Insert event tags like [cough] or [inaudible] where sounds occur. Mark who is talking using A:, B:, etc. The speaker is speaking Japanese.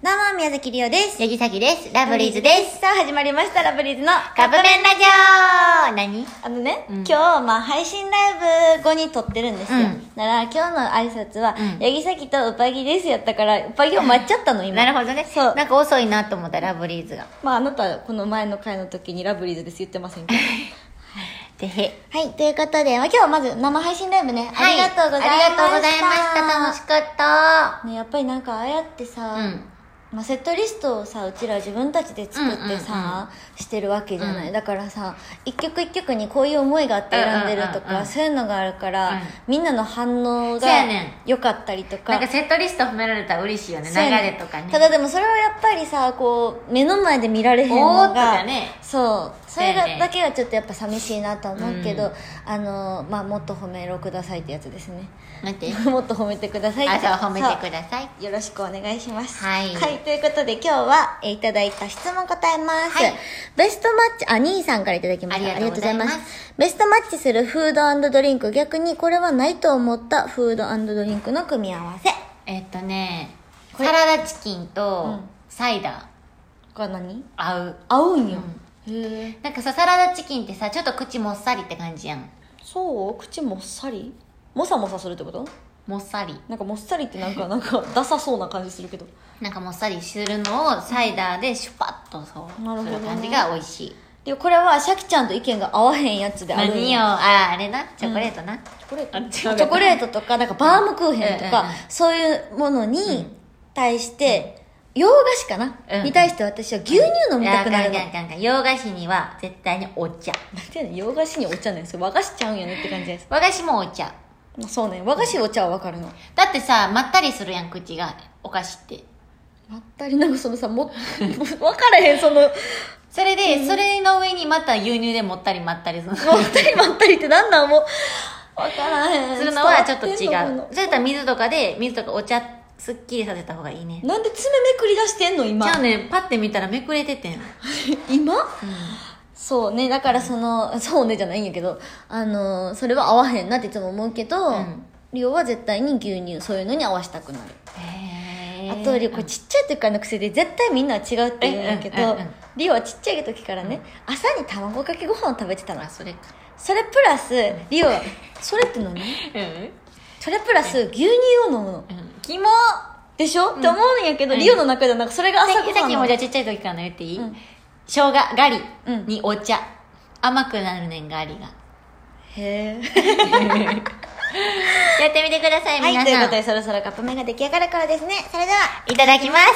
A: どうも、宮崎りおです。
B: ヤギサキです。ラブリーズです。
A: す。さあ、始まりました、ラブリーズの
B: カップ麺ラジオ何
A: あのね、
B: うん
A: 今日、まあ、配信ライブ後に撮ってるんですよ。
B: うん
A: なら、今日の挨拶は、
B: うん
A: 八木崎とうぱぎですやったから、うぱぎを待っちゃったの、今。
B: なるほどね。
A: そう
B: なんか遅いなと思ったラブリーズが。
A: まあ、あなた、この前の回の時にラブリーズです言ってませんけど。
B: でへ。
A: はい、ということで、まあ、今日はまず生配信ライブね、ありがとうございました。
B: ありがとうございました。楽しかった。
A: ね、やっぱりなんかああやってさ、
B: うん
A: まあ、セットリストをさうちら自分たちで作ってさ、
B: うんうん
A: してるわけじゃない、
B: う
A: だからさ一曲一曲にこういう思いがあって選んでると
B: うんうんうん
A: か、
B: うん
A: そういうのがあるから、
B: うん
A: みんなの反応が
B: そうやね
A: 良かったりとか
B: なんかセットリスト褒められたら嬉しいよね。流
A: そうやね
B: れとかね。
A: ただでもそれはやっぱりさこう目の前で見られへんの
B: おーっと
A: が、
B: だね
A: そうそ
B: そう
A: れ
B: やね
A: がだけがちょっとやっぱ寂しいなとは思うけど、
B: うん
A: あのまあ、もっと褒めろくださいってやつですね [laughs]
B: 待って。
A: もっと褒めてくださいって
B: あ、そう、褒めてください。
A: よろしくお願いします。
B: はい
A: ということで今日は、えーいただいた質問答えます。
B: はい
A: ベストマッチ、あ、兄さんからいただきました。
B: ありがとうございます
A: ありがとうベストマッチするフードドリンク、逆にこれはないと思ったフードドリンクの組み合わせ。
B: えっとね、
A: こ
B: サ
A: れ
B: ラダチキン
A: う
B: と
A: ん
B: サイダー
A: これ何
B: 合う。
A: 合うんよ。へえ。
B: なんかさ、サラダチキンってさ、ちょっと口もっさりって感じやん。
A: そう口もっさりもさもさするってこと
B: もっさり。
A: なんかもっさりってなんか、なんか、ダサそうな感じするけど。
B: なんかもっさりするのをサイダーでシュパッとそう、
A: なるほどね
B: する感じが美味しい。
A: で、これは、シャキちゃんと意見が合わへんやつであるん
B: 何よああれなチョコレートな、
A: チョコレート
B: あ違う
A: チョコレートとかなんかバームクーヘンとか、
B: うんうんうん
A: そういうものに対して、洋菓子かな、
B: うん
A: に対して私は牛乳飲
B: い
A: み
B: や
A: た
B: あ
A: く
B: かんあ
A: なる
B: かん
A: の。
B: あかんあかん洋菓子には絶対にお茶
A: なんていうの洋菓子にお茶ねんそれ和菓子ちゃうんやねって感じです。
B: 和菓子もお茶
A: まあそうね。和菓子お茶はわかるの。
B: だってさまったりするやん口がお菓子って
A: まったりなんかそのさ、も、も [laughs] わからへん、その、
B: それで、それの上にまた牛乳でもったりまったりする
A: まったりまったりってなんなんもう、わからへん。
B: するのはちょっと違うそ
A: 伝
B: う
A: わってんのか
B: やったら水とかで水とかお茶すっきりさせた方がいいね
A: ななんで爪めくり出してんの今
B: じゃあねパッて見たらめくれててん、う
A: 今
B: ん、
A: そうね、だからその、そうねじゃないんやけど、あの、それは合わへんなっていつも思うけど、
B: うん
A: りょうは絶対に牛乳、そういうのに合わしたくなる。
B: へー
A: あと、りょう、これちっちゃい時からの癖で絶対みんなは違うって言うんやけ
B: えうん
A: ど
B: うんうん、
A: りょうはちっちゃい時からね、朝に卵かけご飯を食べてたの
B: あ。それか
A: それプラス、りょうは、それって何
B: うん、
A: それプラス、牛乳を飲むの。
B: うん、
A: キモでしょ、って思うんやけど、
B: うん
A: りおの中ではなんかそれが朝ご
B: さ
A: は
B: っ
A: ん
B: き
A: なの
B: もじゃあちっちゃい時からの言っていい、
A: うん
B: 生姜ガリ
A: うん
B: にお茶、甘くなるねんガリ
A: [laughs]
B: が
A: へー
B: やってみてください
A: は
B: 皆さ
A: い、
B: ん、
A: ということでそろそろカップ麺が出来上がるからですね。それでは、
B: いただきます